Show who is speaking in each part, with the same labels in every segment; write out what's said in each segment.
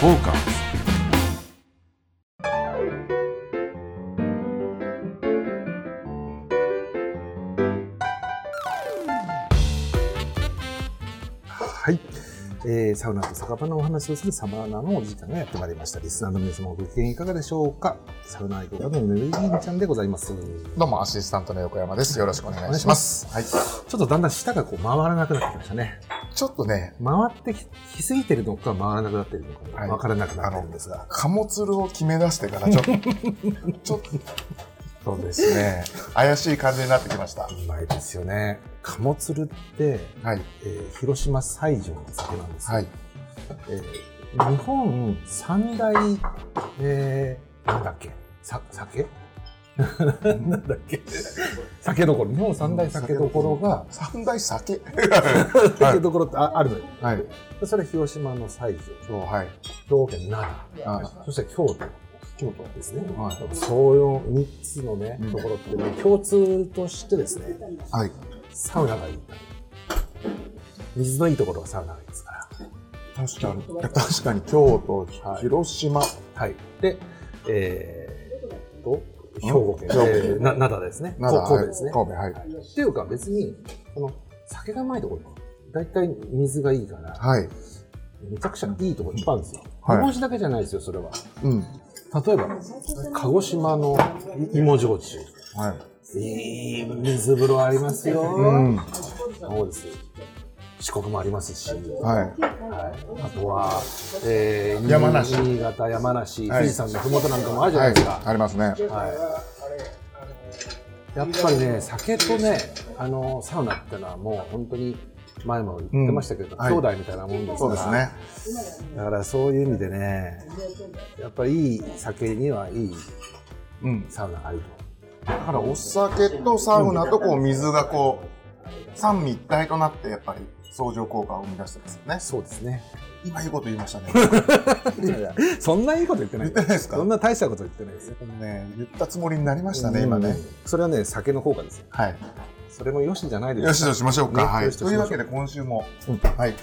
Speaker 1: フォーカスはい、えー、サウナと酒場のお話をするサバナのお時間がやってまいりましたリスナーの皆様ご機嫌いかがでしょうかサウナ愛好家のぬるいんちゃんでございます
Speaker 2: どうもアシスタントの横山です。よろしくお願いします。はい。
Speaker 1: ちょっとだんだん舌がこう回らなくなってきましたね
Speaker 2: ちょっとね、
Speaker 1: 回ってききすぎてるのか回らなくなってるのか
Speaker 2: はい
Speaker 1: 分からなくなってるんですが、
Speaker 2: 貨物ルを決め出してからちょっ と、ちょっとですね、怪しい感じになってきました。
Speaker 1: うまいですよね鴨鶴って、
Speaker 2: はい。
Speaker 1: えー広島西条の酒なんですよ、
Speaker 2: はい。
Speaker 1: えー日本三大、えーなんだっけさ酒 なんだっけ酒どころ日本三大酒どころが、
Speaker 2: 三大酒。
Speaker 1: 酒どころってああるのよ
Speaker 2: はい。
Speaker 1: でそれ広島の西条
Speaker 2: そう、はい。
Speaker 1: 兵庫県奈良
Speaker 2: あ
Speaker 1: そして京都京都ですね、
Speaker 2: はい
Speaker 1: そういう三つのね、
Speaker 2: うん
Speaker 1: ところって、ね、共通としてですね
Speaker 2: はい。
Speaker 1: サウナがいい水のいいところはサウナがいいですから
Speaker 2: 確かに。確かに、京都、
Speaker 1: はい
Speaker 2: 広島。
Speaker 1: はい。で、えー、と、兵庫県、
Speaker 2: 兵庫県
Speaker 1: えーな灘ですね。
Speaker 2: 奈良
Speaker 1: こ神戸ですね。
Speaker 2: はい神戸、はい。
Speaker 1: っていうか別に、この、酒がうまいところ、大体水がいいから、
Speaker 2: はい。
Speaker 1: めちゃくちゃいいところいっぱいあるんですよ。
Speaker 2: はい
Speaker 1: 日本酒だけじゃないですよ、それは。
Speaker 2: うん。
Speaker 1: 例えば、鹿児島の芋焼酎。
Speaker 2: はい。
Speaker 1: いい水風呂ありますよ。
Speaker 2: うん。
Speaker 1: そうです。四国もありますし。
Speaker 2: はい。
Speaker 1: はい、あとは、えー、
Speaker 2: 山梨
Speaker 1: 新潟、山梨、
Speaker 2: はい
Speaker 1: 富士山のふもとなんかもあるじゃな
Speaker 2: はいい
Speaker 1: ですか。。
Speaker 2: ありますね。
Speaker 1: はい、やっぱりね、酒とね、あのサウナってのはもう本当に前も言ってましたけど、
Speaker 2: うんはい
Speaker 1: 兄弟みたいなもんですか
Speaker 2: そ
Speaker 1: ら、
Speaker 2: うですね。
Speaker 1: だからそういう意味でね、やっぱりいい酒にはいい
Speaker 2: うん。
Speaker 1: サウナがあると。
Speaker 2: だからお酒とサウナとこう水がこう三位一体となってやっぱり相乗効果を生み出してますよね。
Speaker 1: そうですね。
Speaker 2: 今いいこと言いましたね。
Speaker 1: そんないいこと言ってない
Speaker 2: 言ってないですか
Speaker 1: そんな大したこと言ってないですよ。
Speaker 2: ね言ったつもりになりましたね、今
Speaker 1: う
Speaker 2: ね
Speaker 1: ん。。それはね、酒の効果ですよ。
Speaker 2: はい。
Speaker 1: それもよしじゃないです
Speaker 2: よしとしましょうか。
Speaker 1: ね
Speaker 2: は
Speaker 1: よ
Speaker 2: い。
Speaker 1: しと
Speaker 2: と
Speaker 1: し
Speaker 2: いう
Speaker 1: ま
Speaker 2: わ
Speaker 1: しょう
Speaker 2: けで今週も、
Speaker 1: うん
Speaker 2: はい。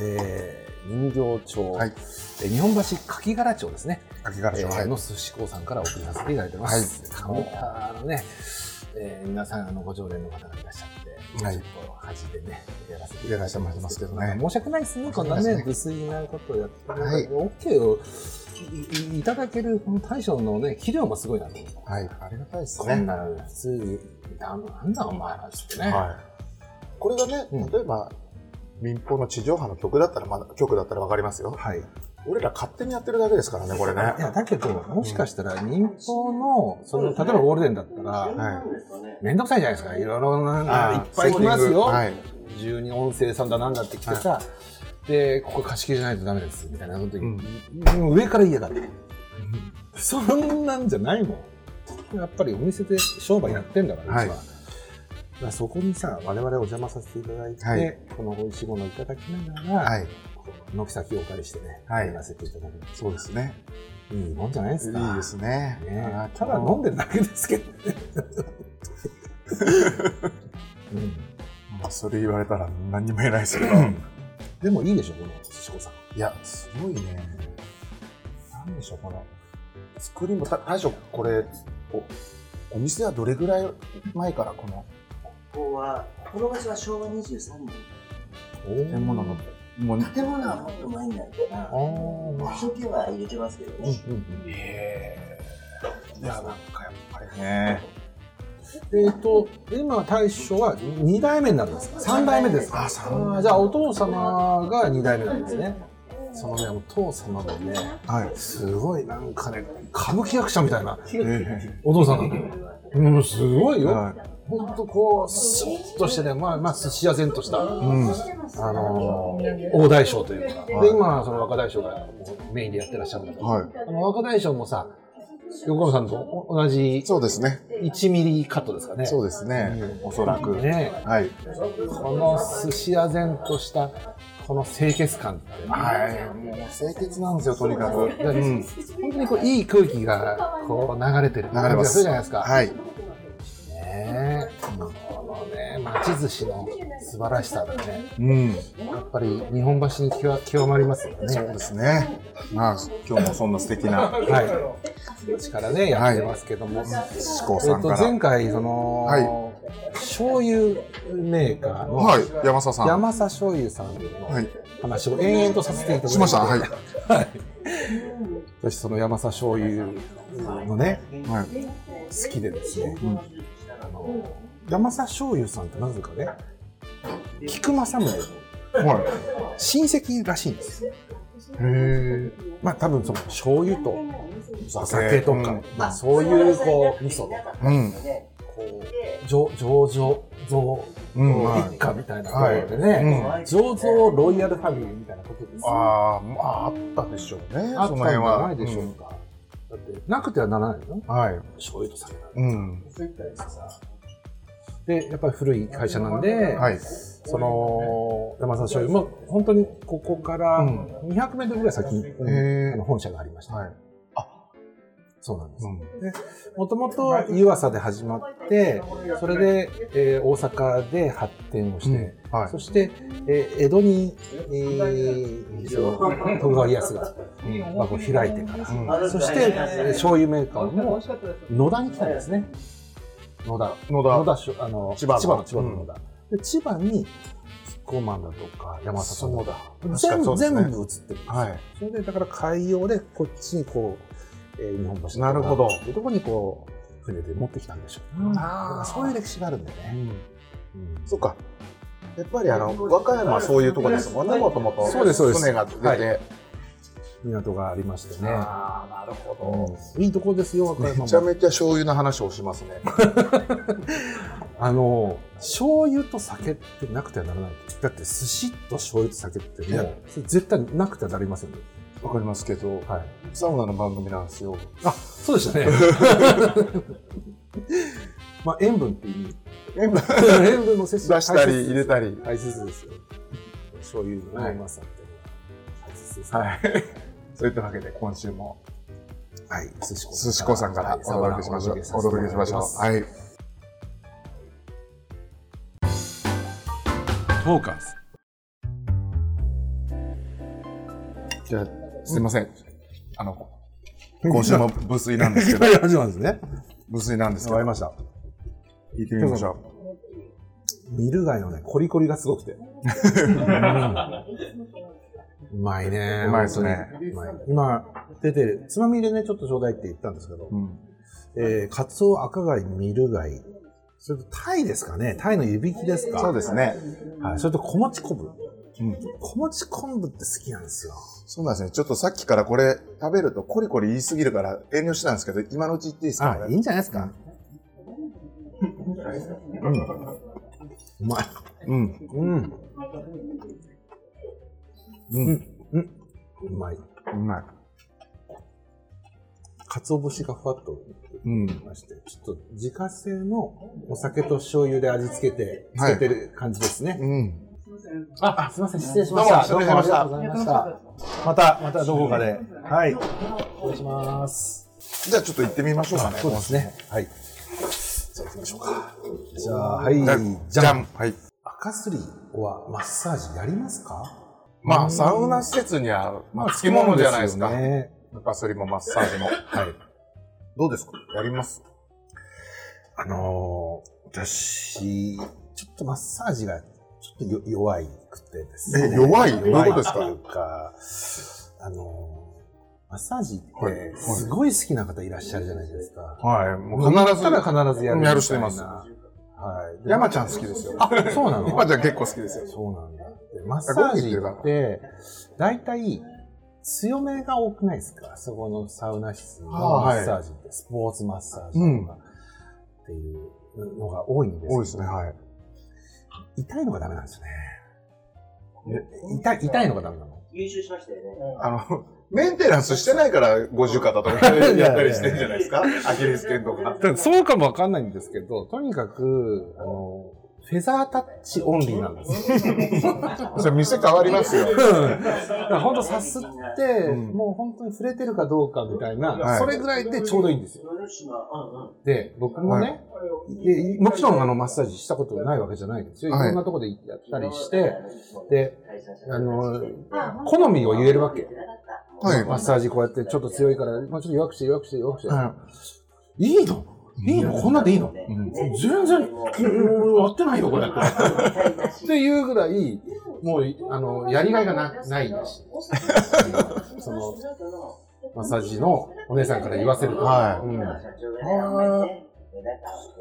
Speaker 1: えー人形町、
Speaker 2: はい
Speaker 1: えー日本橋柿柄町ですね、
Speaker 2: 秋から
Speaker 1: えー
Speaker 2: はい
Speaker 1: の。寿司工さんからお送りさせていただいてます。カウンターのね、えー皆さんあのご常連の方がいらっしゃって、
Speaker 2: はい
Speaker 1: ちょっと恥でね、やらせて
Speaker 2: やらせてもらってますけどね
Speaker 1: なんか申し訳ないですね、こんな
Speaker 2: 申し訳
Speaker 1: ね、
Speaker 2: ない
Speaker 1: 無粋なことをやって、
Speaker 2: はい
Speaker 1: OK をいいいただけるこの大将のね、器量もすごいなと思う。
Speaker 2: はい。ありがたいです
Speaker 1: こん
Speaker 2: ね。
Speaker 1: なの普通に、だなんだお前らっつってね。
Speaker 2: い。これがね、
Speaker 1: うん
Speaker 2: 例えば、民放の地上波の曲だったら、まだ、曲だったらわかりますよ。
Speaker 1: はい
Speaker 2: 俺ら勝手にやってるだけですからね、これね。
Speaker 1: いや、だけど、もしかしたら、民放の、その、例えばゴールデンだったら、
Speaker 2: はい。
Speaker 1: めんどくさいじゃないですか。いろいろな
Speaker 2: あ
Speaker 1: いっ
Speaker 2: ー
Speaker 1: ぱい来ますよ。
Speaker 2: はい。
Speaker 1: 十二音声さんだなんだって来てさ、で、ここ貸し切りじゃないとダメです、みたいなことに、もう上から言いやがって。そんなんじゃないもん。やっぱりお店で商売やってんだから、
Speaker 2: はい
Speaker 1: 一番だからそこにさ、我々お邪魔させていただいて、
Speaker 2: はい
Speaker 1: この美味しいものをいただきながら、
Speaker 2: はい。
Speaker 1: 軒先をお借りしてね、
Speaker 2: はい
Speaker 1: やらせていただく。
Speaker 2: そうですね。
Speaker 1: いいもんじゃないですか。
Speaker 2: いいですね。あ
Speaker 1: ね
Speaker 2: ー、
Speaker 1: ただ飲んでるだけですけどね。 うん
Speaker 2: まあそれ言われたら何にも言えないですけど。
Speaker 1: でもいいでしょ、この志保さん。
Speaker 2: いや、すごいね。なんでしょう、この。作りも、た大将、これ、お、お店はどれぐらい前からこの
Speaker 3: ここは、この場所は昭和23年。
Speaker 2: 建物の、もう、
Speaker 3: 建物はもっと前になるから、
Speaker 1: ああ、
Speaker 3: 初期は入れてますけどね。
Speaker 2: ええいや、なんかやっぱりね。
Speaker 1: えっと、今、大将は2代目になるんですか ?3 代目ですか
Speaker 2: あ三
Speaker 1: あーじゃあ、お父様が2代目なんですね。そのね、お父様もね、
Speaker 2: はい。
Speaker 1: すごいなんかね、歌舞伎役者みたいな
Speaker 2: え
Speaker 1: お父さんなの。うん、すごい
Speaker 2: え
Speaker 1: よ。
Speaker 2: は
Speaker 1: ほんとこう、スッとしてね、まあ、まあ、寿司屋然とした、
Speaker 2: ん
Speaker 1: あのー大大将というか、で、今、その若大将がもうメインでやってらっしゃるんだけ
Speaker 2: い。
Speaker 1: ど、
Speaker 2: は
Speaker 1: あの若大将もさ、横山さんと同じ
Speaker 2: い。そうですね。
Speaker 1: 1ミリカットですかね。
Speaker 2: そう
Speaker 1: う
Speaker 2: ですね。おそらく。
Speaker 1: ね。
Speaker 2: はい。
Speaker 1: この寿司屋然とした、この清潔感って、
Speaker 2: はい。もう清潔なんですよ、とにかく。
Speaker 1: うん本当にこう、いい空気が、こう、流れてる。
Speaker 2: 流れます
Speaker 1: るじゃないですか。
Speaker 2: はい。
Speaker 1: ねえこのね、まち寿司の素晴らしさがね、
Speaker 2: うん。
Speaker 1: やっぱり日本橋に極極まりますよね。
Speaker 2: そうですね。まあ、今日もそんな素敵な、
Speaker 1: はい。昔からね、やってますけども。
Speaker 2: 志功
Speaker 1: え
Speaker 2: さ
Speaker 1: っ
Speaker 2: ん
Speaker 1: と、
Speaker 2: から。
Speaker 1: 前回、その、
Speaker 2: はい
Speaker 1: 醤油メーカーの、
Speaker 2: はい、山佐さん。
Speaker 1: 山佐醤油さんの
Speaker 2: はい。
Speaker 1: 話を延々とさせていただいて
Speaker 2: しました。はい。
Speaker 1: 私その山佐醤油のね
Speaker 2: はい。
Speaker 1: 好きでですね、
Speaker 2: うん
Speaker 1: あの山佐醤油さんってなぜかね菊正宗
Speaker 2: は
Speaker 1: 親戚らしいんですよ
Speaker 2: い。へ
Speaker 1: まあ多分その醤油とお酒
Speaker 2: 酒
Speaker 1: とか、
Speaker 2: うん
Speaker 1: まあ、そういうこう味噌とか
Speaker 2: え。うん。
Speaker 1: こう醸醸造造
Speaker 2: うん。ま
Speaker 1: 一家みたいなとこ
Speaker 2: はい
Speaker 1: ろでね、
Speaker 2: あ、
Speaker 1: 醸造ロイヤルファミリーみたいなことです
Speaker 2: うん。ああ、まあ、あったでしょうね。
Speaker 1: あった
Speaker 2: そ
Speaker 1: ん
Speaker 2: の
Speaker 1: じ
Speaker 2: 辺
Speaker 1: ゃ
Speaker 2: は。
Speaker 1: ないでしょうか、だってなくてはならないの
Speaker 2: うんはい。
Speaker 1: 醤油と酒なんて
Speaker 2: うん。
Speaker 1: でやっぱり古い会社なんで、
Speaker 2: はい。
Speaker 1: その山里醤油も本当にここから
Speaker 2: うん
Speaker 1: 200メートルぐらい先に、
Speaker 2: へー
Speaker 1: あの本社がありました、
Speaker 2: はい。
Speaker 1: そうなんです
Speaker 2: うん。
Speaker 1: もともと湯浅で始まってそれで、えー大阪で発展をして、
Speaker 2: はい
Speaker 1: そ。して、えー江戸に、えーその徳川家康が、まあ、こう開いてから、
Speaker 2: うん
Speaker 1: そして、えー醤油メーカー も 野田に来たんですね野田野
Speaker 2: 野田。
Speaker 1: 田しょあの
Speaker 2: 千葉の
Speaker 1: 千葉の千葉の野田、で千葉にキッコーマンだとか山里さんとか
Speaker 2: そう
Speaker 1: 全部、
Speaker 2: だ確かにそうですね
Speaker 1: 全部映ってるんですよ、
Speaker 2: はい。
Speaker 1: それでだから海洋でこっちにこう、えー日本橋とか
Speaker 2: なるほど
Speaker 1: っていうところにこう船で持ってきたんでしょう、だからそういう歴史があるんだよね、
Speaker 2: そうか。やっぱりあの、和歌山はそういうとこですもんね、もともと。
Speaker 1: そうですそうです
Speaker 2: 船が出て。
Speaker 1: はい港がありましてね
Speaker 2: ああ、なるほ
Speaker 1: いいとこですよ和歌山も
Speaker 2: めちゃめちゃ醤油の話をしますね。
Speaker 1: あの醤油と酒ってなくてはならないだって寿司と醤油と酒って
Speaker 2: い
Speaker 1: も
Speaker 2: や
Speaker 1: うそれ絶対なくてはなりませんね
Speaker 2: わかりますけど、
Speaker 1: はい
Speaker 2: サウナの番組なんですよ。
Speaker 1: あ、そうでしたね。 まあ、塩分っていう意味。
Speaker 2: 塩分
Speaker 1: 塩分の摂取
Speaker 2: 出したり入れたり。
Speaker 1: 大切ですよ。醤油のうまさっていうのは大切ですね。
Speaker 2: はい。そういったわけで、今週も、
Speaker 1: はい。寿司子
Speaker 2: 寿司子さんからお届けしましょう。お届けしましょう。
Speaker 1: い。
Speaker 2: はい。
Speaker 1: トーカーズ。
Speaker 2: じゃあ、すいません。あの、今週も無粋なんですけ ど、
Speaker 1: 始まるんですね。
Speaker 2: 無粋なんですけ
Speaker 1: わか
Speaker 2: ど
Speaker 1: り、ました。
Speaker 2: 聞いてみましょう。
Speaker 1: ミル貝のね、コリコリがすごくて。うんうまいね。
Speaker 2: うまいですね
Speaker 1: 本当にうまい今、出てる、つまみでね、ちょっとちょうだいって言ったんですけど、
Speaker 2: うん。
Speaker 1: えー、カツオ、赤貝、ミル貝、それとタイですかね、タイの湯引きですか。
Speaker 2: そうですね。
Speaker 1: はい、それと小餅昆布。
Speaker 2: うん。
Speaker 1: 小餅昆布って好きなんですよ。
Speaker 2: そうなんですね。ちょっとさっきからこれ食べるとコリコリ言いすぎるから遠慮してたんですけど、今のうち言っていいですか、
Speaker 1: あ、いいんじゃないですか。うん。うまい。
Speaker 2: うん。
Speaker 1: うん。
Speaker 2: うん。
Speaker 1: うまい。
Speaker 2: うまい。
Speaker 1: 鰹節がふわっと
Speaker 2: うん。
Speaker 1: まして、ちょっと自家製のお酒と醤油で味付けて、つ
Speaker 2: はい
Speaker 1: けてる感じですね。
Speaker 2: うん。
Speaker 1: あ、すみません、失礼し
Speaker 2: ましたどうも失礼しました
Speaker 1: どうもありがとうございました。また、またどこかで。はい。お願いします。
Speaker 2: じゃあちょっと行ってみましょうかね。
Speaker 1: そうですね。はい。じゃあ行きましょうか。じゃあ、はい。
Speaker 2: じゃじゃん。はい。
Speaker 1: 赤すりはマッサージやりますか
Speaker 2: まあ、サウナ施設には、まあ、付き物じゃないですか。
Speaker 1: ね
Speaker 2: パスリもマッサージも。
Speaker 1: はい。
Speaker 2: どうですかやります
Speaker 1: あのー、私、ちょっとマッサージがちょっとよ弱いくてですね。
Speaker 2: え弱いどういう
Speaker 1: 弱い
Speaker 2: ことですか
Speaker 1: というか、あのー、マッサージ
Speaker 2: はいは
Speaker 1: って
Speaker 2: い
Speaker 1: すごい好きな方いらっしゃるじゃないですか。
Speaker 2: はい。もう必ず
Speaker 1: た。ら必ずやる。
Speaker 2: やる人います
Speaker 1: はい。
Speaker 2: 山ちゃん好きですよ。
Speaker 1: あ、そうなの
Speaker 2: 山ちゃん結構好きですよ。
Speaker 1: そうなんだ。でマッサージって、大体、強めが多くないですかそこのサウナ室のマ
Speaker 2: はい
Speaker 1: ッサージって、スポーツマッサージとかっていうのが多いんですけど
Speaker 2: 多いですね、はい。
Speaker 1: 痛いのがダメなんですよね。痛い、痛いのがダメなの。
Speaker 3: 優秀しましたよね。
Speaker 2: あの、メンテナンスしてないから50肩とかやったりしてんじゃないですかアキレス腱とか。
Speaker 1: そうかもわかんないんですけど、とにかく、あの、フェザータッチオンリーなんですよ。
Speaker 2: それ店変わりますよ。
Speaker 1: だから本当さすって、
Speaker 2: ん
Speaker 1: もう本当に触れてるかどうかみたいな、
Speaker 2: はい
Speaker 1: それぐらいでちょうどいいんですよ。
Speaker 3: う
Speaker 1: で、僕もね、でもちろんあのマッサージしたことないわけじゃないんですよ。い
Speaker 2: はい
Speaker 1: ろんなとこでやったりして、、で
Speaker 3: で、
Speaker 1: あ
Speaker 3: あ
Speaker 1: の
Speaker 3: の、
Speaker 1: 好みを言えるわけ。
Speaker 2: はい
Speaker 1: マッサージこうやってちょっと強いから、もうちょっと弱くして弱くして弱くして。いいのいいのこんなんでいいの、
Speaker 2: うん
Speaker 1: 全然、うん合ってないよ、こ れ。っていうぐらい、もう、あの、やりがいがなないんだし。その、マッサージのお姉さんから言わせると。
Speaker 2: は
Speaker 1: うん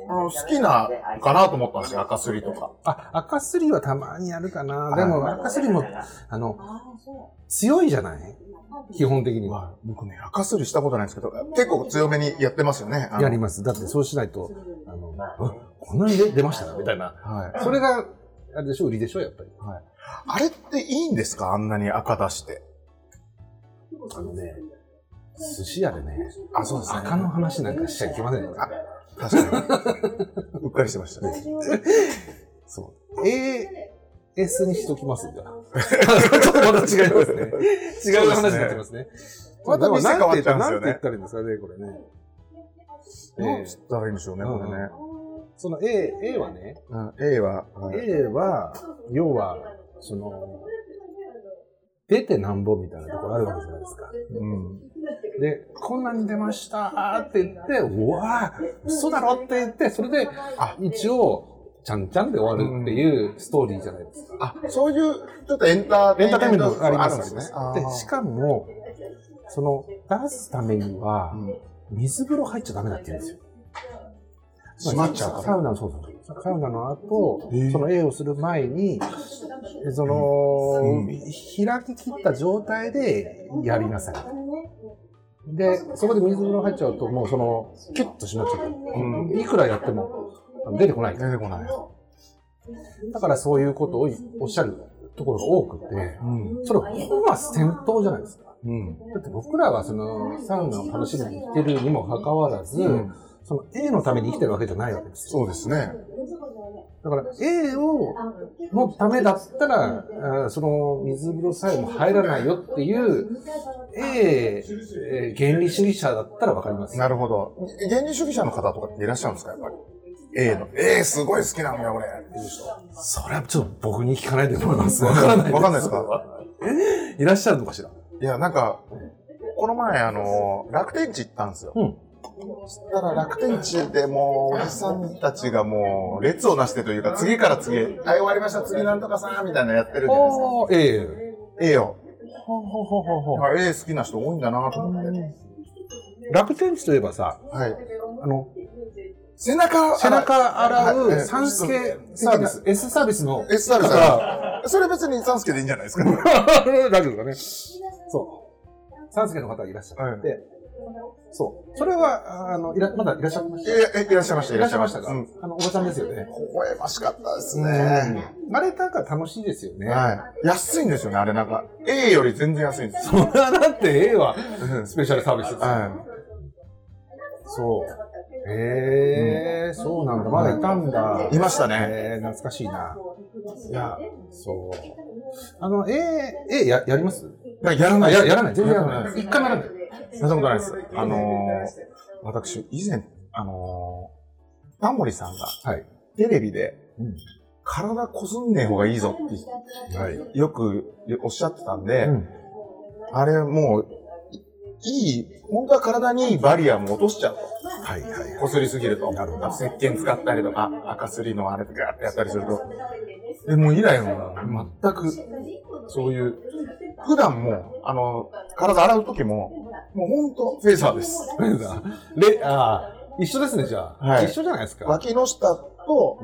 Speaker 2: あの好きなかなと思ったんですよ、赤すりとか。
Speaker 1: あ、赤すりはたまにやるかな。
Speaker 2: い
Speaker 1: でも、赤すりも、あの、強いじゃない基本的には。
Speaker 2: 僕ね、赤すりしたことないんですけど、結構強めにやってますよね。あの
Speaker 1: やります。だってそうしないと、あの、あこんなに出出ましたかみたいな。
Speaker 2: はい。
Speaker 1: それが、あれでしょ売りでしょやっぱり。
Speaker 2: あれっていいんですかあんなに赤出して。
Speaker 1: あのね、寿司屋でね、
Speaker 2: あ、そうですね。
Speaker 1: 赤の話なんかしちゃいけませんよ。
Speaker 2: あ確か に。うっかりしてましたね。そ
Speaker 1: AS にしときますじゃあ。ちょっとまた違いますね。違う話になってますね。
Speaker 2: また店変わっちゃうんです
Speaker 1: なん
Speaker 2: よね
Speaker 1: て言ったらいいんですかね、これね。
Speaker 2: う。どうしたらいいんでしょうね、
Speaker 1: うん
Speaker 2: これね。
Speaker 1: その A、A はね、
Speaker 2: うん、A は、はい
Speaker 1: A は、要は、その、出てなんぼみたいなところあるわけじゃないですか。
Speaker 2: うん。
Speaker 1: で、こんなに出ましたーって言って、うわー、嘘だろって言って、それで、あ一応、ちゃんちゃんで終わるっていうストーリーじゃないですか。
Speaker 2: あ、そういう、ちょっとエンター
Speaker 1: エンターテインメントがあります
Speaker 2: んですね。あ
Speaker 1: で、し
Speaker 2: ー
Speaker 1: かも、その、出すためには、
Speaker 2: うん
Speaker 1: 水風呂入っちゃダメだって言うんですよ。
Speaker 2: 閉まっちゃうか
Speaker 1: サ
Speaker 2: ら。
Speaker 1: ウナの、そうそうそう。サウナの後、
Speaker 2: えー
Speaker 1: その A をする前に、そ
Speaker 2: うん
Speaker 1: の、
Speaker 2: うん
Speaker 1: 開ききった状態でやりなさい。で、そこで水風呂入っちゃうと、もうその、キュッと閉まっちゃう。
Speaker 2: う
Speaker 1: いくらやってもあの出てこない。
Speaker 2: 出てこない。
Speaker 1: だからそういうことをおっしゃるところが多くて、
Speaker 2: うん。
Speaker 1: それ本は先頭じゃないですか。
Speaker 2: うん。
Speaker 1: だって僕らはそのサウナを楽しみに来てるにもかかわらず、
Speaker 2: うん
Speaker 1: その A のために生きてるわけじゃないわけですよ。
Speaker 2: そうですね。
Speaker 1: だから A をのためだったら、あーその水風呂さえも入らないよっていう、A、えー原理主義者だったらわかります。
Speaker 2: なるほど。原理主義者の方とかっていらっしゃるんですか、やっぱり。A の。A すごい好きなんだよ、俺。
Speaker 1: それはちょっと僕に聞かないでもらいます。わ
Speaker 2: わかんないですか
Speaker 1: いらっしゃるのかしら。
Speaker 2: いや、なんか、この前、あの、楽天地行ったんですよ。
Speaker 1: うん
Speaker 2: そしたら楽天地でもう、おじさんたちがもう、列をなしてというか、次から次へ、はい、終わりました、次なんとかさん、みたいなのやってるじゃないですか。
Speaker 1: おー、ええ
Speaker 2: A を。
Speaker 1: ほうほうほうほうほう
Speaker 2: あ A 好きな人多いんだなと思って。
Speaker 1: 楽天地といえばさ、
Speaker 2: はい。
Speaker 1: あの、
Speaker 2: 背中、
Speaker 1: 背中洗う産
Speaker 2: はい
Speaker 1: 助サービス、S サービスの
Speaker 2: S サービス
Speaker 1: 方
Speaker 2: それ別に3助でいいんじゃないですか。
Speaker 1: が、大丈夫かね。そう。産助の方がいらっしゃって、
Speaker 2: は
Speaker 1: そう。それは、あの、いら、まだいらっしゃいました
Speaker 2: え、えいらっしゃいました、い
Speaker 1: い
Speaker 2: ら
Speaker 1: ら
Speaker 2: っ
Speaker 1: っ
Speaker 2: し
Speaker 1: し
Speaker 2: ゃ
Speaker 1: ゃ
Speaker 2: い
Speaker 1: い
Speaker 2: ま
Speaker 1: ま
Speaker 2: し。
Speaker 1: したた
Speaker 2: う
Speaker 1: か、
Speaker 2: ん。
Speaker 1: あの、おばちゃんですよね。
Speaker 2: 微笑ましかったですね。
Speaker 1: うんあれなんか楽しいですよね。
Speaker 2: はい。安いんですよね、あれなんか。A より全然安いんです
Speaker 1: それはだって A は
Speaker 2: よ。
Speaker 1: スペシャルサービスですよ。
Speaker 2: は
Speaker 1: そう。へえ、そうなんだ。まだいたんだ
Speaker 2: い。。いましたね。
Speaker 1: えー、懐かしいな。いや、そう。あ
Speaker 4: あ
Speaker 1: の、
Speaker 4: の、
Speaker 1: え
Speaker 4: え
Speaker 1: ー、えー、や、やります
Speaker 2: いややら
Speaker 1: あ、
Speaker 2: ないで
Speaker 1: や、
Speaker 2: す。
Speaker 1: やらない。全然やら
Speaker 2: やら
Speaker 1: な
Speaker 4: ー、
Speaker 1: い。
Speaker 4: 一
Speaker 1: 一回
Speaker 4: 回
Speaker 1: もや
Speaker 4: も
Speaker 1: ら
Speaker 4: や
Speaker 1: な
Speaker 4: らないい。。
Speaker 2: やったことないです。あのー、私、以前、あのー、タモリさんが
Speaker 1: はい。
Speaker 2: テレビで
Speaker 1: うん、
Speaker 2: 体こすんねえ方がいいぞって
Speaker 1: はい。
Speaker 2: よくおっしゃってたんで、
Speaker 1: うん
Speaker 2: あれもう、いい、本当は体にいいバリアも落としちゃうと。
Speaker 1: はい、はい。
Speaker 2: こすりすぎると。
Speaker 1: なるほど
Speaker 2: 石鹸使ったりとか、赤すりのあれガーってやったりすると。でもう以来もう全く、そういう、普段も、あの、体洗う時も、もうほんとフェイザーです。
Speaker 1: フェザー。レ、あー一緒ですね、じゃあ。
Speaker 2: はい
Speaker 1: 一緒じゃないですか。
Speaker 2: 脇の下と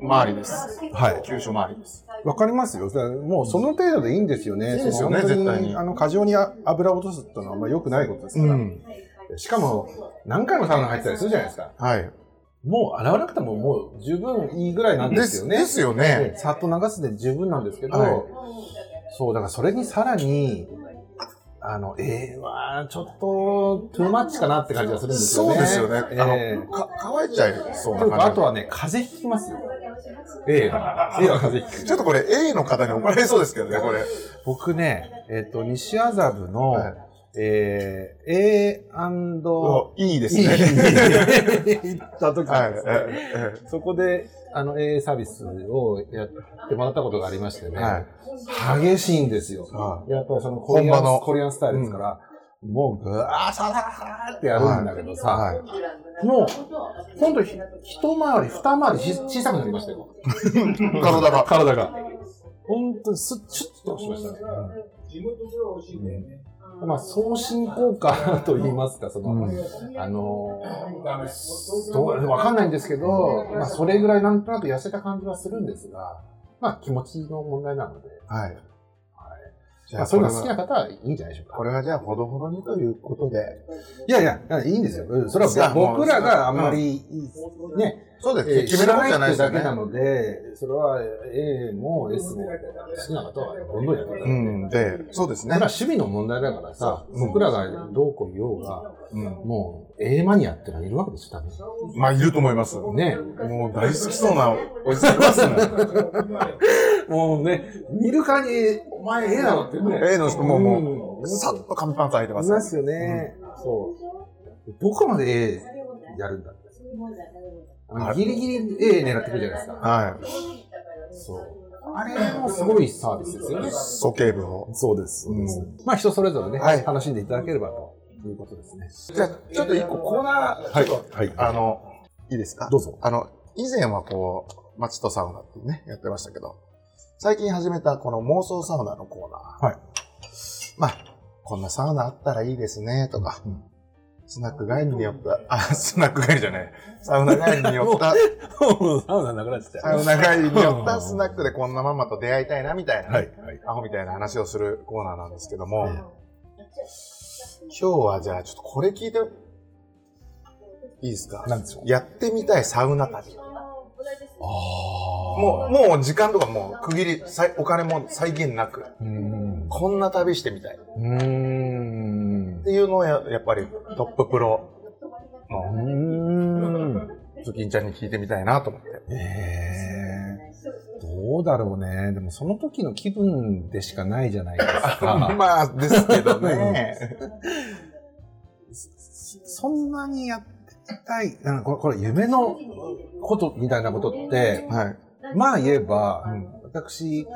Speaker 2: 周りです。
Speaker 1: はい
Speaker 2: 急所周りです。
Speaker 1: わかりますよ。もうその程度でいいんですよね。
Speaker 2: いいですよね
Speaker 1: その本当
Speaker 2: 絶対に
Speaker 1: あの、過剰にあ油を落とすってのはあんま良くないことですから。
Speaker 2: ん。
Speaker 1: しかも、何回もサウナ入ってたりするじゃないですか。
Speaker 2: はい。
Speaker 1: もう洗わなくてももう十分いいぐらいなん
Speaker 2: で
Speaker 1: です
Speaker 2: す
Speaker 1: よね。
Speaker 2: ですよね。
Speaker 1: ねさっと流すで十分なんですけど、
Speaker 2: はい
Speaker 1: そう、だからそれにさらに、ああの、ええは、ちょっと、トゥーマッチかなって感じがするんですよね。
Speaker 2: そうですよね。あの、
Speaker 1: ええ
Speaker 2: か、乾いちゃいそう
Speaker 1: と
Speaker 2: な
Speaker 1: いうかあ
Speaker 2: 感
Speaker 1: とはね、風邪ひきますよ。ええは。ええは風 邪ひ
Speaker 2: じ。
Speaker 1: く。
Speaker 2: ちょっとこれ A の方に怒られそうですけどね、これ。
Speaker 1: 僕ね、えっ、と、西麻布の、
Speaker 2: はい
Speaker 1: えー、A&
Speaker 2: おいいです
Speaker 1: に
Speaker 2: ね。
Speaker 1: 行った時
Speaker 2: は
Speaker 1: ないんですね
Speaker 2: ええ。
Speaker 1: そこで、あの、AA サービスをやってもらったことがありましてね、
Speaker 2: はい
Speaker 1: 激しいんですよ。
Speaker 2: は
Speaker 1: やっぱりそのコリア
Speaker 2: 本場の
Speaker 1: ン、コリアンスタイルですから、もうぐわーさらーってやるんだけどさ、
Speaker 2: はい
Speaker 1: もう、ほんとひ一回り、二回りひ小さくなりましたよ。
Speaker 2: 体が。
Speaker 1: 体が。ほんとにすっ、ちょっとしましたね。まあ、送信効果と言いますか、その、
Speaker 2: うん
Speaker 1: あのーどう、わかんないんですけど、まあ、それぐらいなんとなく痩せた感じはするんですが、まあ、気持ちの問題なので、
Speaker 2: はい。じ
Speaker 1: ま
Speaker 2: ゃ
Speaker 1: あ、
Speaker 2: あ、
Speaker 1: そ
Speaker 2: そう
Speaker 1: いう
Speaker 2: れ
Speaker 1: のが好きな
Speaker 2: は、
Speaker 1: 方はいいんじゃないでしょうか
Speaker 2: こ。れはじゃあ、ほどほどにということで。
Speaker 1: いやいや、いいんですよ。うんそれ
Speaker 2: いや
Speaker 1: は
Speaker 2: もう
Speaker 1: 僕らがあんまり、ね、
Speaker 2: そうで
Speaker 1: えー
Speaker 2: す。決め
Speaker 1: 知
Speaker 2: る
Speaker 1: ら
Speaker 2: もん
Speaker 1: ない
Speaker 2: じゃない
Speaker 1: ってだ
Speaker 2: ですよね
Speaker 1: け。なので、それは A も S も好きな方はどんどんやってくだ
Speaker 2: う
Speaker 1: さい。
Speaker 2: ん、で、そうです
Speaker 1: それは
Speaker 2: ね。
Speaker 1: 趣味の問題だからさ、
Speaker 2: うん
Speaker 1: 僕らがどうこう言おうが、
Speaker 2: うん。
Speaker 1: もう A マニアってのはいるわけです よ、多分。
Speaker 2: まあ、いると思います。も
Speaker 1: ね。
Speaker 2: う大好きそうなおじさんいますね。
Speaker 1: もうね、見るからに、お前 A だろってね。
Speaker 2: A の人も
Speaker 1: う
Speaker 2: も
Speaker 1: ん
Speaker 2: う、さっと紙パンツ履いてま
Speaker 1: い
Speaker 2: すね。
Speaker 1: ますよね。そう。どこまで A やるんだって。あのギリギリ A 狙ってくるじゃないですか。
Speaker 2: はい。
Speaker 1: そう。あれもすごいサービスですよね。
Speaker 2: 素形部を。
Speaker 1: そうです。そうです
Speaker 2: うん
Speaker 1: まあ人それぞれね、
Speaker 2: はい
Speaker 1: 楽しんでいただければということですね。
Speaker 2: じゃあ、ちょっと一個コーナー、ちょっと
Speaker 1: はい
Speaker 2: あの、いいですか
Speaker 1: どうぞ。
Speaker 2: あの、以前はこう、マチとサウナってね、やってましたけど、最近始めたこの妄想サウナのコーナー。
Speaker 1: はい。
Speaker 2: まあ、こんなサウナあったらいいですね、とか、
Speaker 1: うん
Speaker 2: スナック帰りによった、あ、スナック帰りじゃない。サウナ帰りによ った、
Speaker 1: サウナなくなっち
Speaker 2: サウナ帰りによったスナックでこんなママと出会いたいな、みたいな、
Speaker 1: はい、はい。
Speaker 2: アホみたいな話をするコーナーなんですけども、
Speaker 1: ええ
Speaker 2: 今日はじゃあちょっとこれ聞いて、いいですか
Speaker 1: なんでしょう
Speaker 2: やってみたいサウナ旅。もう、もう時間とかもう区切り、さいお金も再現なく、
Speaker 1: うーん。
Speaker 2: こんな旅してみたいっ
Speaker 1: うーん。
Speaker 2: ていうのをややっぱりトッププロ
Speaker 1: う
Speaker 2: の
Speaker 1: ーん。
Speaker 2: ズキンちゃんに聞いてみたいなと思って。
Speaker 1: ええどうだろうね。でもその時の気分でしかないじゃないですか。
Speaker 2: まあ、ですけど ね。
Speaker 1: そんなにやってみたい。なんかこれ、これ夢のことみたいなことって、
Speaker 2: はい。
Speaker 1: まあ言えば、
Speaker 2: うん
Speaker 1: 私、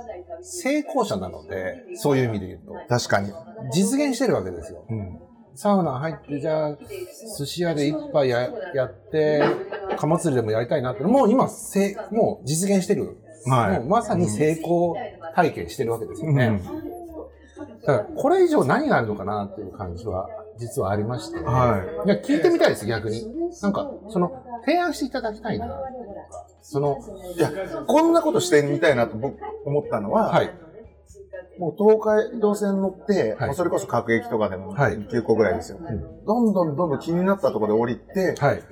Speaker 1: 成功者なので、そういう意味で言うと。
Speaker 2: 確かに。
Speaker 1: 実現してるわけですよ。
Speaker 2: うん。
Speaker 1: サウナ入って、じゃあ、寿司屋で一杯ややって、貨釣りでもやりたいなって、もう今、せもう実現してる。
Speaker 2: はい
Speaker 1: もうまさに成功体験してるわけですよね。
Speaker 2: うん
Speaker 1: だから、これ以上何があるのかなっていう感じは、実はありまして。
Speaker 2: はい
Speaker 1: や、聞いてみたいです、逆に。なんか、その、提案していただきたいな。その、
Speaker 2: い。いや、こんなことしてみたいなと僕思ったのは、
Speaker 1: はい。
Speaker 2: もう東海道線乗って、
Speaker 1: はい
Speaker 2: もうそれこそ各駅とかでも
Speaker 1: はい
Speaker 2: 9個ぐらいですよ。
Speaker 1: ん
Speaker 2: どんどんどんどん気になったところで降りて、
Speaker 1: はい。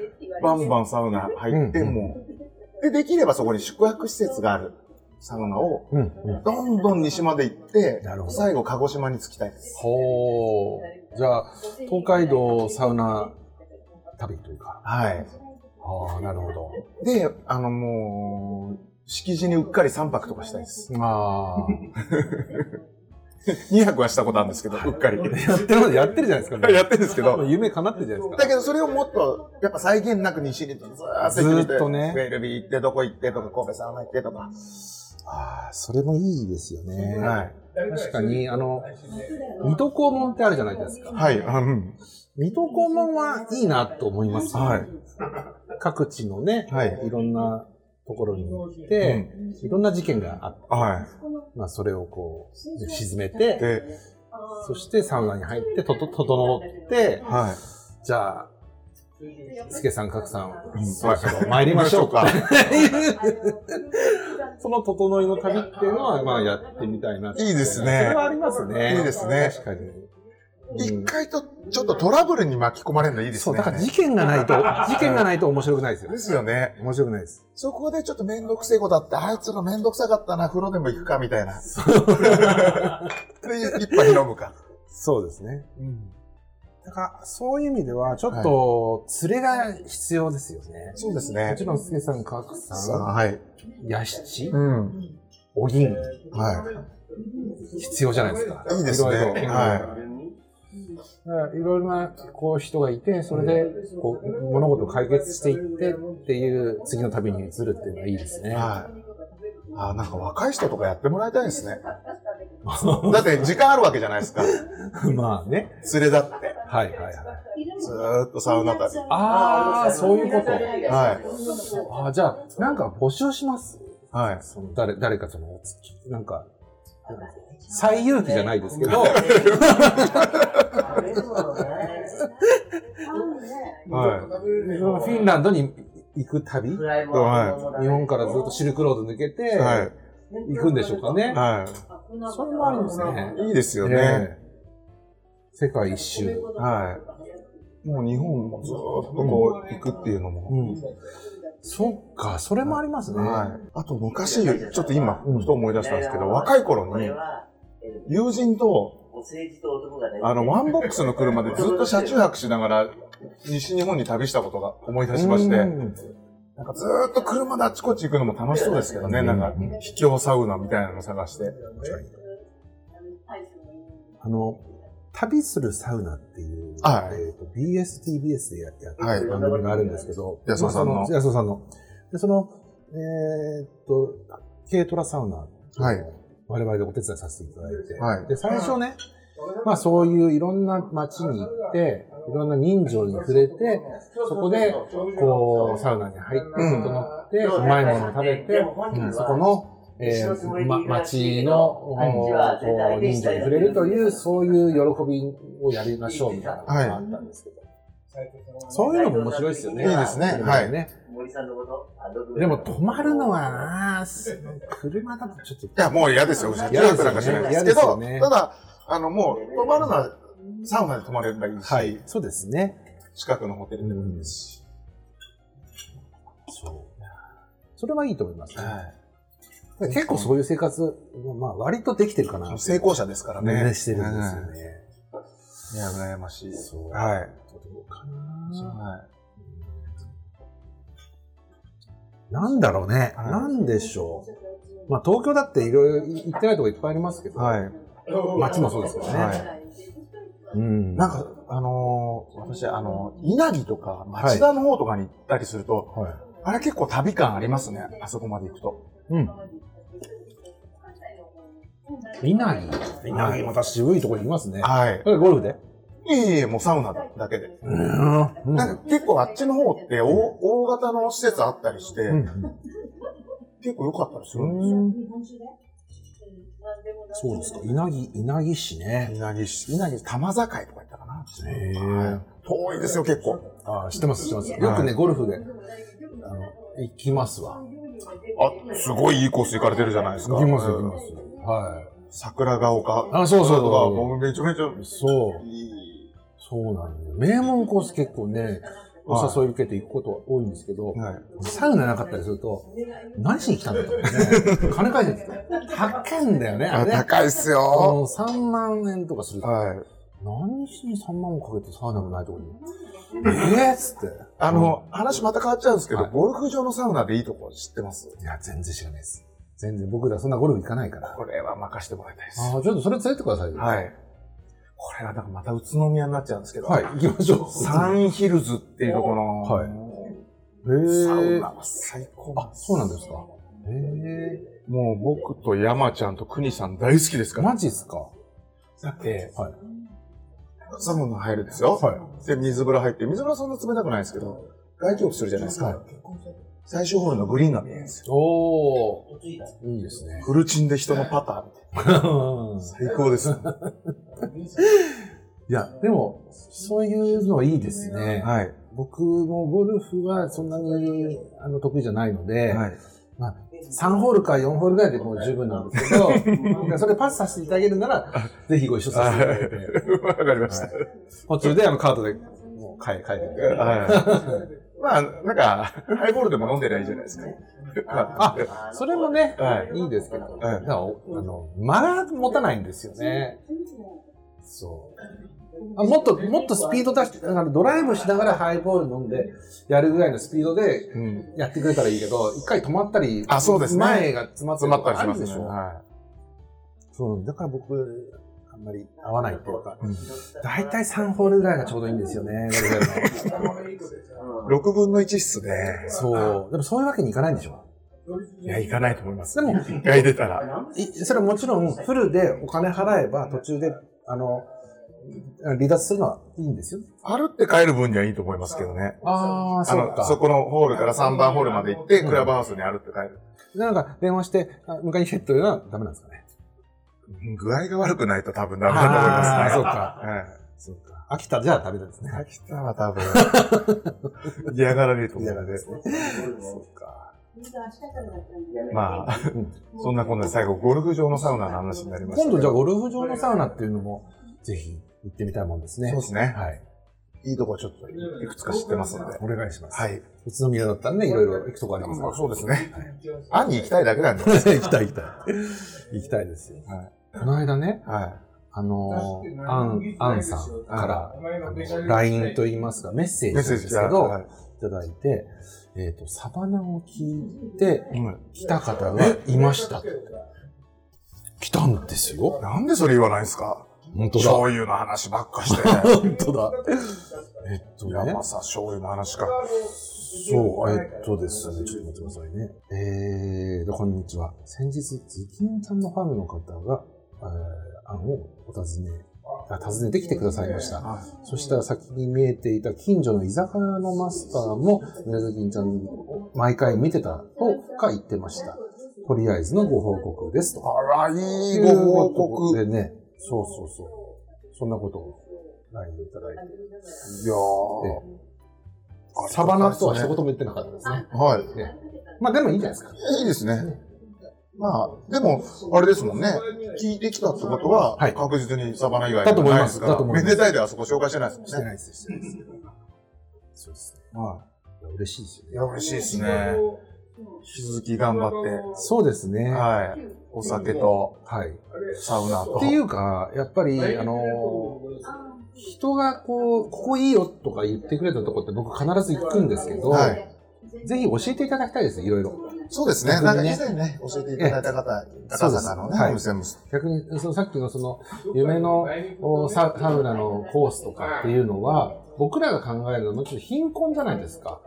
Speaker 2: バンバンサウナ入って、
Speaker 1: うんうん
Speaker 2: もう。で、できればそこに宿泊施設があるサウナを、
Speaker 1: うん、うん。
Speaker 2: どんどん西まで行って
Speaker 1: なるほ、ど
Speaker 2: 最後鹿児島に着きたいです。
Speaker 1: ほう。じゃあ、東海道サウナ旅というか。
Speaker 2: はい。
Speaker 1: ああ、なるほど。
Speaker 2: で、あのもう、敷地にうっかり3泊とかしたいです。
Speaker 1: あ
Speaker 2: 2泊はしたことあるんですけど、うっかり。
Speaker 1: あ。 やってる ことやってるじゃないですか、
Speaker 2: やってるんですけど、
Speaker 1: 夢叶ってるじゃないです
Speaker 2: だ
Speaker 1: か。
Speaker 2: けどそれをもっと、やっぱ再現なく西にずー
Speaker 1: ず
Speaker 2: っと行ってみて
Speaker 1: ーっとね
Speaker 2: ウェルビー行って、どこ行ってとか、神戸サウナ行ってとか。
Speaker 1: ああ、それもいいですよね。
Speaker 2: はい。
Speaker 1: 確かに、あの、 水戸黄門ってあるじゃないですか。
Speaker 2: はい、うん。
Speaker 1: 水戸黄門はいいなと思います。
Speaker 2: はい。
Speaker 1: 各地のね、
Speaker 2: はい
Speaker 1: い、ろんなところに行って、いろんな事件があって、
Speaker 2: は
Speaker 1: まあ、それをこう、沈めて
Speaker 2: い。、で、
Speaker 1: そしてサウナに入って、とと、整って、
Speaker 2: はい。
Speaker 1: じゃあ、スケさん、カクさん、
Speaker 2: うん
Speaker 1: そろそろ参りましょうか。 その整いの旅っていうのは、まあやってみたいなって
Speaker 2: いいですね
Speaker 1: それはありますね。
Speaker 2: いいですね
Speaker 1: 確かに。
Speaker 2: 一、
Speaker 1: うん
Speaker 2: 回と、ちょっとトラブルに巻き込まれるのいいですね。
Speaker 1: そう、だから事件がない と、事件がないと面白くないですよ
Speaker 2: で。すよね。
Speaker 1: 面白くないです。
Speaker 2: そこでちょっとめんどくせえことあって、あいつらめんどくさかったな、風呂でも行くか、みたいな。で、一杯飲むか。
Speaker 1: そうですね。
Speaker 2: うん。
Speaker 1: だから、そういう意味では、ちょっと、連れが必要ですよね。
Speaker 2: そうですね
Speaker 1: もちろん、すけさん、かく
Speaker 2: さ
Speaker 1: さ
Speaker 2: あ、はい。
Speaker 1: ん、やしち
Speaker 2: う、ん。
Speaker 1: お銀、
Speaker 2: は
Speaker 1: 必要じゃないですか。
Speaker 2: いいですね
Speaker 1: いろいろ
Speaker 2: はい
Speaker 1: だからいろいろな、こう、人がいて、それで、こう、物事を解決していってっていう、次の旅に移るっていうのはいいです
Speaker 2: い。
Speaker 1: ね。
Speaker 2: はい。あーなんか若い人とかやってもらいた いですね。
Speaker 1: ま
Speaker 2: だって時間あるわけじゃないですか。
Speaker 1: あね。
Speaker 2: 連れだって。
Speaker 1: はいはいはい。
Speaker 2: ずーっとサウナ旅。
Speaker 1: ああ、そういうこと。
Speaker 2: はい。
Speaker 1: ああ、じゃあ、なんか募集します。
Speaker 2: はい。
Speaker 1: その誰、誰かその、なんか、最有機じゃないですけど、
Speaker 3: 食べ物ね
Speaker 2: は
Speaker 1: フィンランドに行く旅
Speaker 3: フ
Speaker 1: 日
Speaker 3: ライもあるものだね
Speaker 1: 本からずっとシルクロード抜けて、
Speaker 2: い。はい。
Speaker 1: 行くんでしょうかね。
Speaker 2: は
Speaker 1: それもありですね。
Speaker 2: い。いいですよね。
Speaker 1: ね世界一周。
Speaker 2: はい。もう日本もずーっとこう行くっていうのも。
Speaker 1: うん。そっか、それもありますね。
Speaker 2: はい。あと昔、ちょっと今、ふ
Speaker 1: うん
Speaker 2: と思い出したんですけど、若い頃
Speaker 3: これ
Speaker 2: に、
Speaker 3: は、
Speaker 2: 友人と、
Speaker 3: お政治と男がね、
Speaker 2: あの、ワンボックスの車でずっと車中泊しながら、西日本に旅したことが思い出しまして、
Speaker 1: うん
Speaker 2: なんかずーっと車であちこち行くのも楽しそうですけどね、なんか、秘境サウナみたいなの探して。
Speaker 1: あの、旅するサウナっていう、
Speaker 2: はい
Speaker 1: えーと BSTBS でやって
Speaker 2: はい
Speaker 1: る番組があるんですけど、
Speaker 2: 安尾さんの
Speaker 1: まあそ安尾さんの。で、その、えーっと、軽トラサウナ、
Speaker 2: はい。
Speaker 1: 我々でお手伝いさせていただいて、
Speaker 2: はい
Speaker 1: で、最初ね、まあそういういろんな街に行って、いろんな人情に触れて、そこで、こう、サウナに入って、
Speaker 2: うん
Speaker 1: 整って、うまいものを食べて、
Speaker 3: うん
Speaker 1: そこの、えーま、町の、こう人情に触れるという、そういう喜びをやりましょうみたいなのがあったんですけど。そういうのも面白いですよね。
Speaker 2: いいですねはい
Speaker 1: ね。
Speaker 3: 森さんのことあの
Speaker 1: でも、泊まるのはな車だとちょっと。
Speaker 2: いや、もう嫌ですよ。車中泊なんかしないですけど、
Speaker 1: 嫌ですよね
Speaker 2: ただ、あの、もう、泊まるのは、サウナで泊まればいいし、
Speaker 1: そうですね。
Speaker 2: 近くのホテルでもいいですし。
Speaker 1: そう。それはいいと思いますね。
Speaker 2: は
Speaker 1: 結構そういう生活、まあ割とできてるかな。
Speaker 2: い。成功者ですからね。
Speaker 1: ねしてるんですよね。
Speaker 2: いや、羨ましい。
Speaker 1: そう
Speaker 2: はい。
Speaker 1: どうかな
Speaker 2: は
Speaker 1: なんだろうね。
Speaker 2: はい
Speaker 1: なんでしょう。まあ東京だっていろいろ行ってないとこいっぱいありますけ
Speaker 2: い。
Speaker 1: ど。
Speaker 2: はい。
Speaker 1: 街もそうですよね。
Speaker 2: はい
Speaker 1: うん。
Speaker 2: なんか、あのー私、あのー稲城とか町田の方とかに行ったりすると、
Speaker 1: はい。
Speaker 2: あれ結構旅感ありますね。あそこまで行くと。
Speaker 1: うん。稲城。稲城また渋いとこにいますね。
Speaker 2: はい。
Speaker 1: ゴルフで
Speaker 2: いえいえ、もうサウナだけで。
Speaker 1: うん。うん
Speaker 2: なんか結構あっちの方って大大型の施設あったりして、
Speaker 1: うん
Speaker 2: 結構良かったりするんで
Speaker 1: うんそうですか。稲城、稲城市
Speaker 2: す
Speaker 1: ね。
Speaker 2: よ。稲城市、稲城、玉境とか行ったかな。
Speaker 1: へー
Speaker 2: はい遠いですよ、結構。
Speaker 1: ああ、知ってます、知ってます。よくね、ゴルフで、あの、行きますわ。
Speaker 2: あ、すごいいいコース行かれてるじゃないですか。
Speaker 1: 行きます、行きます。はい。
Speaker 2: 桜ヶ丘。
Speaker 1: あそうそうそう
Speaker 2: とか、もうめちゃめちゃ
Speaker 1: そう。
Speaker 2: いい。
Speaker 1: そうなんだよ。名門コース結構ね、お誘い受けて行くことは多いんですけど、
Speaker 2: はい。
Speaker 1: サウナなかったりすると、何しに来たんだ と思ってね。金返せって言って。高いんだよね、あ
Speaker 2: あ
Speaker 1: れね。
Speaker 2: 高いっす
Speaker 1: あ
Speaker 2: よ。
Speaker 1: の3万円とかする。
Speaker 2: はい。
Speaker 1: 何しに3万もかけてサウナもないとこに。えーっつって。
Speaker 2: あの、話また変わっちゃうんですけど、
Speaker 1: はい
Speaker 2: ゴルフ場のサウナでいいとこ知ってます
Speaker 1: いや、全然知らないです。全然僕らそんなゴルフ行かないから。
Speaker 2: これは任してもらいたいです。
Speaker 1: ああ、ちょっとそれ連れてってくださいよ。。
Speaker 2: はいい。これはなんかまた宇都宮になっちゃうんですけど、
Speaker 1: はい、行きましょう。
Speaker 2: サンヒルズっていうとこの、
Speaker 1: はい
Speaker 2: サウ
Speaker 1: へ
Speaker 2: ナ
Speaker 1: え。
Speaker 2: は最高
Speaker 1: あ、そうなんですか。へえ。
Speaker 2: もう僕と山ちゃんと国さん大好きですから。
Speaker 1: マジっすか。
Speaker 2: だって、
Speaker 1: はい。
Speaker 2: サウナ入るんですよ。で、水風呂入って、水風呂はそんな冷たくないですけど、外気浴するじゃないですか。
Speaker 1: は
Speaker 2: 最終ホールのグリーンが見えるんですよ。
Speaker 1: おお。いいですね。
Speaker 2: フルチンで人のパターンって。最高です。はい
Speaker 1: や、でも、そういうのいいですね。
Speaker 2: い。
Speaker 1: 僕もゴルフはそんなにあの得意じゃないので、
Speaker 2: はい。
Speaker 1: 3ホールか4ホールぐらいでもう十分なんですけど、なんかそれパスさせていただけるなら、ぜひご一緒させていただいて、
Speaker 2: わかりました。
Speaker 1: 途中であのカードでもう変え、変えてみて。
Speaker 2: はい。まあ、なんか、ハイボールでも飲んでりゃいいじゃないですか。
Speaker 1: あ、それもね、
Speaker 2: はい
Speaker 1: い、いですけど、
Speaker 2: はい
Speaker 1: だからおあの間が持たないんですよね。そうあもっと、もっとスピード出して、だからドライブしながらハイボール飲んで、やるぐらいのスピードで
Speaker 2: うん。
Speaker 1: やってくれたらいいけど、一回止まったり、
Speaker 2: あそうですね
Speaker 1: 前が詰まった
Speaker 2: 詰
Speaker 1: り
Speaker 2: ま
Speaker 1: と
Speaker 2: った
Speaker 1: か
Speaker 2: りし
Speaker 1: あ
Speaker 2: ま
Speaker 1: るで
Speaker 2: すね。
Speaker 1: しょ。
Speaker 2: は
Speaker 1: そう、だから僕、あんまり合わないっていうか、
Speaker 2: い。うん
Speaker 1: 大体3ホールぐらいがちょうどいいんですよ ね、ゴルフやるの
Speaker 2: 6分の1室で、
Speaker 1: そう。でもそういうわけにいかないんでしょ
Speaker 2: いや、行かないと思います。
Speaker 1: でも、
Speaker 2: 一回出たら。
Speaker 1: いそれはもちろんフルでお金払えば途中で、あの、離脱するのはいいんですよ。
Speaker 2: 歩って帰る分にはいいと思いますけどね。
Speaker 1: ああ、
Speaker 2: あの、そこのホールから3番ホールまで行って、クラブハウスに歩って帰る。
Speaker 1: なんか電話して、あ迎えに来てっていうのはダメなんですかね。
Speaker 2: うん具合が悪くないと多分ダメだと思いますね。
Speaker 1: あーそうか。
Speaker 2: ええ
Speaker 1: そうか。秋田じゃダメなんですね。
Speaker 2: 秋田は多分、 嫌がられると思うんで。
Speaker 1: 嫌
Speaker 2: そうか。
Speaker 3: ま
Speaker 2: ま
Speaker 3: あ
Speaker 2: あ、そんなこんなで最後、ゴルフ場のサウナの話になりました
Speaker 1: 今度
Speaker 2: けど。
Speaker 1: じゃあゴルフ場のサウナっていうのも、ぜひ行ってみたいもんですね。
Speaker 2: そうですね。
Speaker 1: はい。
Speaker 2: いいとこちょっといくつか知ってますので。
Speaker 1: お願いします。
Speaker 2: はい。
Speaker 1: 宇都宮だったらね、いろいろ行くとこありますか
Speaker 2: ま
Speaker 1: ら
Speaker 2: あ、。そうですね。会いに行きたいだけなんで。はい。
Speaker 1: 行きたい行きたい。 行きたいですよ。
Speaker 2: はい
Speaker 1: この間ね、あのー、アン、アンさんから、あの LINE と言いますか、メッセージ
Speaker 2: メ
Speaker 1: な
Speaker 2: ッ
Speaker 1: ん
Speaker 2: セー
Speaker 1: で
Speaker 2: ジ
Speaker 1: す
Speaker 2: 来
Speaker 1: け
Speaker 2: た。
Speaker 1: ど、
Speaker 2: はい
Speaker 1: いただいて、えっ、と、サバナを聞いて
Speaker 2: うん。
Speaker 1: 来た方がいました。来たんですよ。
Speaker 2: なんでそれ言わないんですか
Speaker 1: 本当だ。
Speaker 2: 醤油の話ばっ かして。
Speaker 1: 本当だ。えっとね
Speaker 2: 山、さ、醤油の話か。
Speaker 1: そう、えっとですね、ちょっと待ってくださいね。えーと、こんにちは。先日、ズキンちゃんのファンの方が、えー、案をお尋ね、あ訪ねてきてくださいました。
Speaker 2: は
Speaker 1: そしたら先に見えていた近所の居酒屋のマスターも、宮崎ちゃんを毎回見てたとか言ってました。とりあえずのご報告ですと。
Speaker 2: あら、いいご報告。い
Speaker 1: でね、そうそうそう。そんなことを LINE でいただいて。
Speaker 2: やー。あ
Speaker 1: サバナとは一言も言ってなかったですね。
Speaker 2: はい。
Speaker 1: まあでもいいじゃないですか。
Speaker 2: いいですね。まあ、でも、あれですもんね。聞いてきたってことは、
Speaker 1: はい
Speaker 2: 確実にサバナ以外
Speaker 1: だと思います
Speaker 2: ないでから
Speaker 1: だと思います
Speaker 2: めでたいであそこ紹介してないですもん
Speaker 1: し
Speaker 2: ね
Speaker 1: て。ないです、してないです。そうですね。
Speaker 2: はい
Speaker 1: や嬉しいです
Speaker 2: い。いや、
Speaker 1: よね。
Speaker 2: 嬉しいですね。引き続き頑張って。
Speaker 1: そうですね。は
Speaker 2: はい。お酒と
Speaker 1: い。っ
Speaker 2: サウナと。
Speaker 1: ていうか、やっぱり、あの、人がこう、ここいいよとか言ってくれたとこって僕必ず行くんですけど、
Speaker 2: はい
Speaker 1: ぜひ教えていただきたいです、いろいろ。
Speaker 2: そうですね。なんか以前ね、教えていただいた方、高坂の
Speaker 1: は
Speaker 2: ね、
Speaker 1: い
Speaker 2: お店も。
Speaker 1: 逆に、そのさっきのその、夢のおササウナのコースとかっていうのは、僕らが考えるのはもちろん貧困じゃないです か。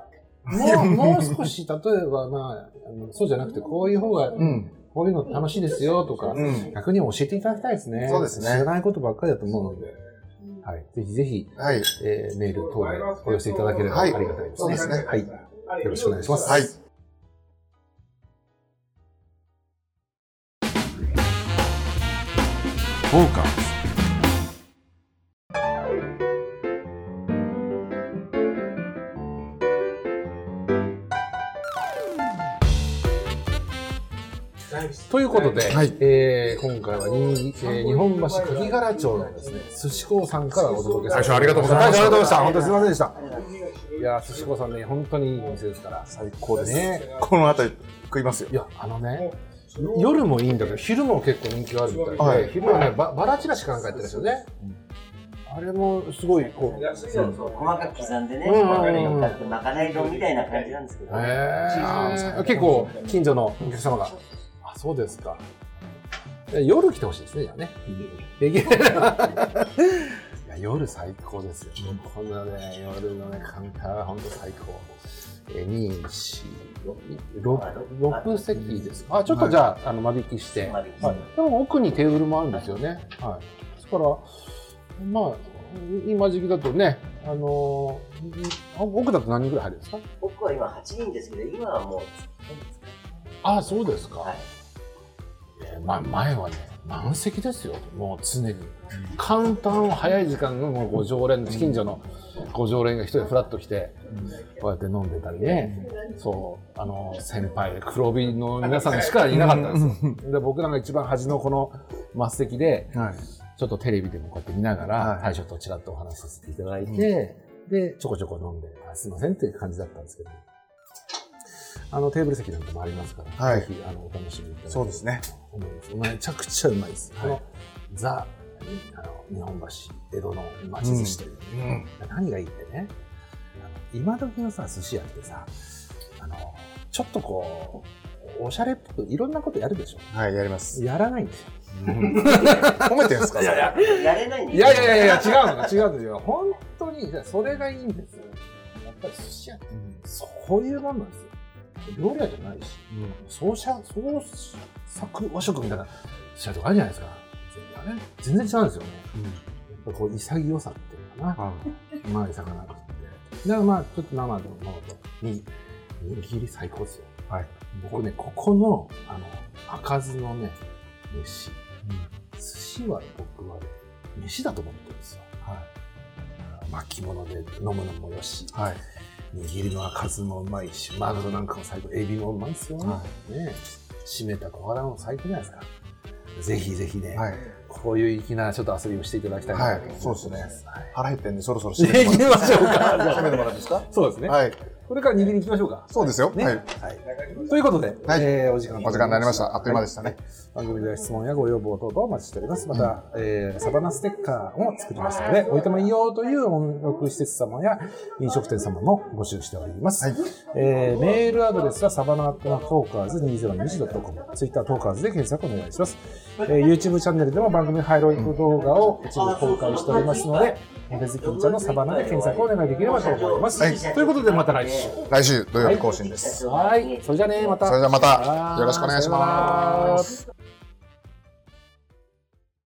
Speaker 1: もう、もう少し、例えば、まああの、そうじゃなくて、こういう方が、
Speaker 2: うん。
Speaker 1: こういうの楽しいですよとか、
Speaker 2: うん。
Speaker 1: 逆に教えていただきたいですね。
Speaker 2: そうですね
Speaker 1: 知らないことばっかりだと思うので、はい。ぜひぜひ、
Speaker 2: はい。
Speaker 1: えーメール等でお寄せいただければあ
Speaker 2: は
Speaker 1: り
Speaker 2: い
Speaker 1: がたいです
Speaker 2: そう
Speaker 1: ね。
Speaker 2: ですね
Speaker 1: はい。よろしくお願いします。
Speaker 2: はい。
Speaker 1: フォーカス。ということで、
Speaker 2: はい
Speaker 1: えー今回はに、えー日本橋柿柄町のですね、寿司工さんからお届けさせていだき
Speaker 2: 大将ありがとうございました
Speaker 1: 大将ありがとうございました。本当にすみませんでした。いやー、寿司工さんね、本当にいいお店ですから。
Speaker 2: 最高です。
Speaker 1: ね
Speaker 2: この辺り食いますよ
Speaker 1: い。や、あのね、夜もいいんだけど、昼も結構人気があるみたいで、
Speaker 2: はい
Speaker 1: 昼はね、ばバラチラシかなんかやってるんですよね。あれもすごい、こう、
Speaker 3: 細かく刻んでね、
Speaker 1: うん
Speaker 3: 中に乗っかってまかない丼みたいな感じなんですけど、ね、
Speaker 1: えー、結構近所のお客様が、あ、そうですか。夜来てほしいですね、じゃあね。できるいや夜最高ですよ。こんなね、夜のね、カウンターは本当最高。えー、2、4、6、6席ですか。あ、ちょっとじゃあ、あの、間引きして。
Speaker 3: まで来て
Speaker 1: はい、でも奥にテーブルもあるんですよね。はい、ですから、まあ、今時期だとね、あのー奥だと何人ぐらい入るんですか
Speaker 3: 僕は今8人ですけど、今はもう、
Speaker 1: ああ、そうですか。
Speaker 3: はい
Speaker 1: えーまあ、前はね、満席ですよ、もう常に。カウンターの早い時間のもうご常連、近所のご常連が一人フラッと来て、こうやって飲んでたりね、そう、あの、先輩、黒帯の皆さんしかいなかったんですよ。で、僕らが一番端のこの末席で、
Speaker 2: はい。
Speaker 1: ちょっとテレビでもこうやって見なが
Speaker 2: は
Speaker 1: ら
Speaker 2: い、
Speaker 1: 大将とちらっとお話しさせていただいて、で、ちょこちょこ飲んで、あすいませんっていう感じだったんですけど、あの、テーブル席なんかもありますから、
Speaker 2: はい
Speaker 1: ぜひ、あの、お楽しみいただきたい
Speaker 2: そうですね。
Speaker 1: と思います。めちゃくちゃうまいです。この、ザ、えあの日本橋江戸の町寿司という、
Speaker 2: うん。
Speaker 1: 何がいいってねあの今時のさ寿司屋ってさあのちょっとこうおしゃれっぽくいろんなことやるでしょ
Speaker 2: はい、やります。
Speaker 1: やらないんですよ
Speaker 2: 褒めてるんですか
Speaker 1: や
Speaker 3: やれないんで
Speaker 1: いやいやいやいや違うの違うんですよ本当にそれがいいんですよやっぱり寿司屋ってそういうもんなんですよ料理屋じゃないし創作創作和食みたいな寿司屋とかあるじゃないですか全然全然違うんですよねやっぱこう潔さっていうのかなうまい魚食って。だからまあ、ちょっと生のものと、に、握り最高ですよ。
Speaker 2: はい。
Speaker 1: 僕ね、ここの、あの、開かずのね、飯。寿司は僕はね、飯だと思ってるんですよ。はい。巻物で飲むのもよし、
Speaker 2: はい。
Speaker 1: 握りの開かずもうまいし、マグロなんかも最高、エビもうまいですよね。
Speaker 2: は
Speaker 1: ね締めた小腹も最高じゃないですか。ぜひぜひね、
Speaker 2: い。はい。
Speaker 1: こういう粋なちょっと遊びをしていただきたいなと思います。
Speaker 2: はいそうです
Speaker 1: ね。
Speaker 2: 腹減ってんで、そろそろ
Speaker 1: 行
Speaker 2: 締めても
Speaker 1: き
Speaker 2: らっ
Speaker 1: ましょう
Speaker 2: て。
Speaker 1: か。
Speaker 2: 締めてもらっていいですか
Speaker 1: そうですね。
Speaker 2: はい。
Speaker 1: これから握りに行きましょうか。
Speaker 2: そうですよ。
Speaker 1: ね。
Speaker 2: は。
Speaker 1: はいい。ということで、
Speaker 2: はい
Speaker 1: えーお時間
Speaker 2: お時間になりました。あっという間でしたね。
Speaker 1: 番組では質問やご要望等々お待ちしております。また、えーサバナステッカーも作りましたので、おいたまいようという音楽施設様や飲食店様も募集しております。
Speaker 2: はい
Speaker 1: えーメールアドレスはサバナアットマークトーカーズ 2021.com、ツイッタートーカーズで検索お願いします。えー YouTube チャンネルでも番組ハイロイク動画を一部公開しておりますので、ヘベズキンちゃんのサバナで検索をお願いできればと思います。
Speaker 2: はい
Speaker 1: ということでまた来週。
Speaker 2: 来週土曜日更新です。
Speaker 1: はい、それじゃあね、また。。
Speaker 2: それではまたよろしくお願いします